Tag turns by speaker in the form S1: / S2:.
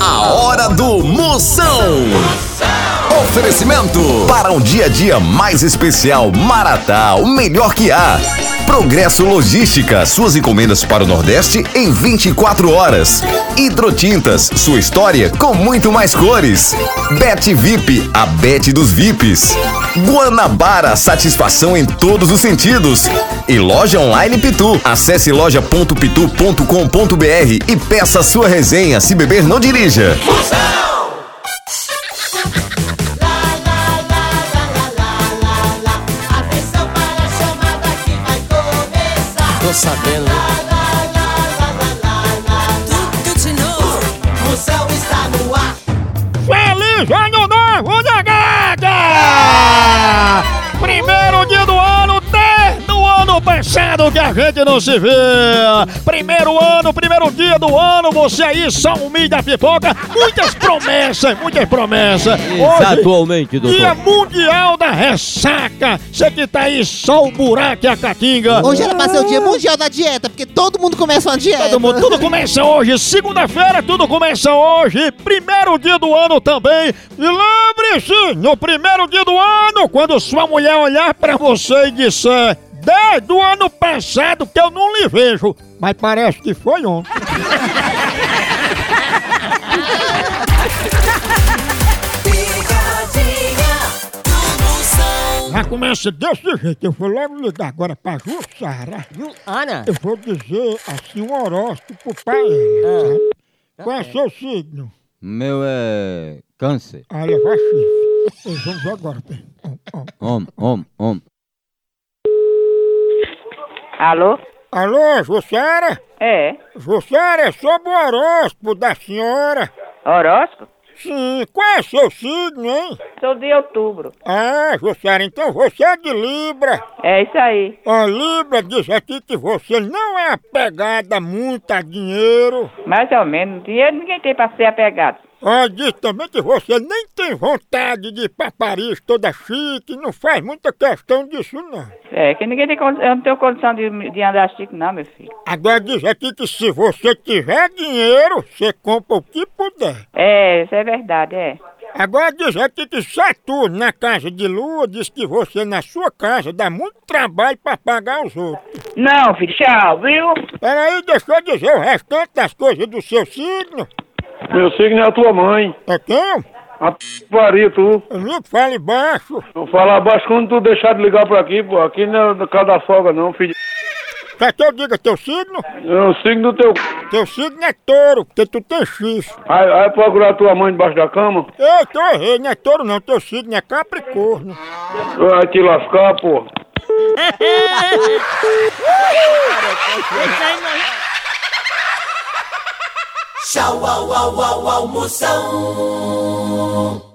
S1: A hora do Moção. Oferecimento para um dia a dia mais especial. Maratá, o melhor que há. Progresso Logística, suas encomendas para o Nordeste em 24 horas. Hidrotintas, sua história com muito mais cores. Bet VIP, a Bet dos VIPs. Guanabara, satisfação em todos os sentidos. E loja online Pitu. Acesse loja.pitu.com.br e peça sua resenha. Se beber, não dirija.
S2: Tô sabendo.
S3: Tudo de novo. Moção está no ar.
S4: Feliz Ano Novo, negada! Primeiro dia do ano, do ano passado que a gente não se vê! Primeiro ano, primeiro dia do ano, você aí, só um milho da pipoca, muitas promessas, muitas promessas! Hoje,
S2: Exatamente, doutor.
S4: Dia Mundial da Ressaca! Você que tá aí, só o buraco e a caatinga!
S5: Hoje era pra ser o dia mundial da dieta, porque todo mundo começa uma dieta.
S4: Todo mundo, tudo começa hoje, segunda-feira tudo começa hoje, primeiro dia do ano também. E lembre-se, no primeiro dia do ano, quando sua mulher olhar pra você e disser, desde o ano passado que eu não lhe vejo, mas parece que foi ontem.
S3: Picadinha do Moção.
S4: Já começa desse jeito, eu vou logo ligar agora pra Jussara, viu?
S5: Ana,
S4: Eu vou dizer assim um horóscopo pra ela, sabe? Qual é seu signo?
S2: Meu é. Câncer.
S4: Ah, ela vai firme. Vamos agora, bem.
S2: Homem, homem, homem.
S6: Alô?
S4: Alô, Jussara?
S6: É.
S4: Jussara, é sobre o horóscopo da senhora.
S6: Horóscopo?
S4: Sim, qual é seu signo, hein?
S6: Sou de outubro.
S4: Ah, Jussara, então você é de Libra.
S6: É isso aí.
S4: Ó, Libra diz aqui que você não é apegada muito a dinheiro.
S6: Mais ou menos. Dinheiro ninguém tem pra ser apegado.
S4: Ó, diz também que você nem tem vontade de ir pra Paris toda chique, não faz muita questão disso, não.
S6: É, que ninguém tem condição. Eu não tenho condição de, de andar chique, não, meu filho.
S4: Agora diz aqui que se você tiver dinheiro, você compra o que puder.
S6: É, isso é verdade, é.
S4: Agora diz aqui que Saturno na casa de Lua diz que você na sua casa dá muito trabalho pra pagar os outros.
S6: Não, filho, tchau, viu?
S4: Peraí, deixa eu dizer o restante das coisas do seu signo.
S7: Meu signo é a tua mãe.
S4: É quem?
S7: A p... pariu, tu.
S4: Eu não fale baixo.
S7: Tu fala abaixo quando tu deixar de ligar pra aqui, pô. Aqui não é da casa da sogra, não, filho.
S4: Quer que eu diga teu signo?
S7: É o signo do teu c.
S4: Teu signo é touro, porque tu tem X.
S7: Aí, aí procurar tua mãe debaixo da cama,
S4: Eu tô errei, não é touro não, teu signo é capricórnio.
S7: vai te lascar, pô.
S3: Tchau, au, au, au, au, Moção.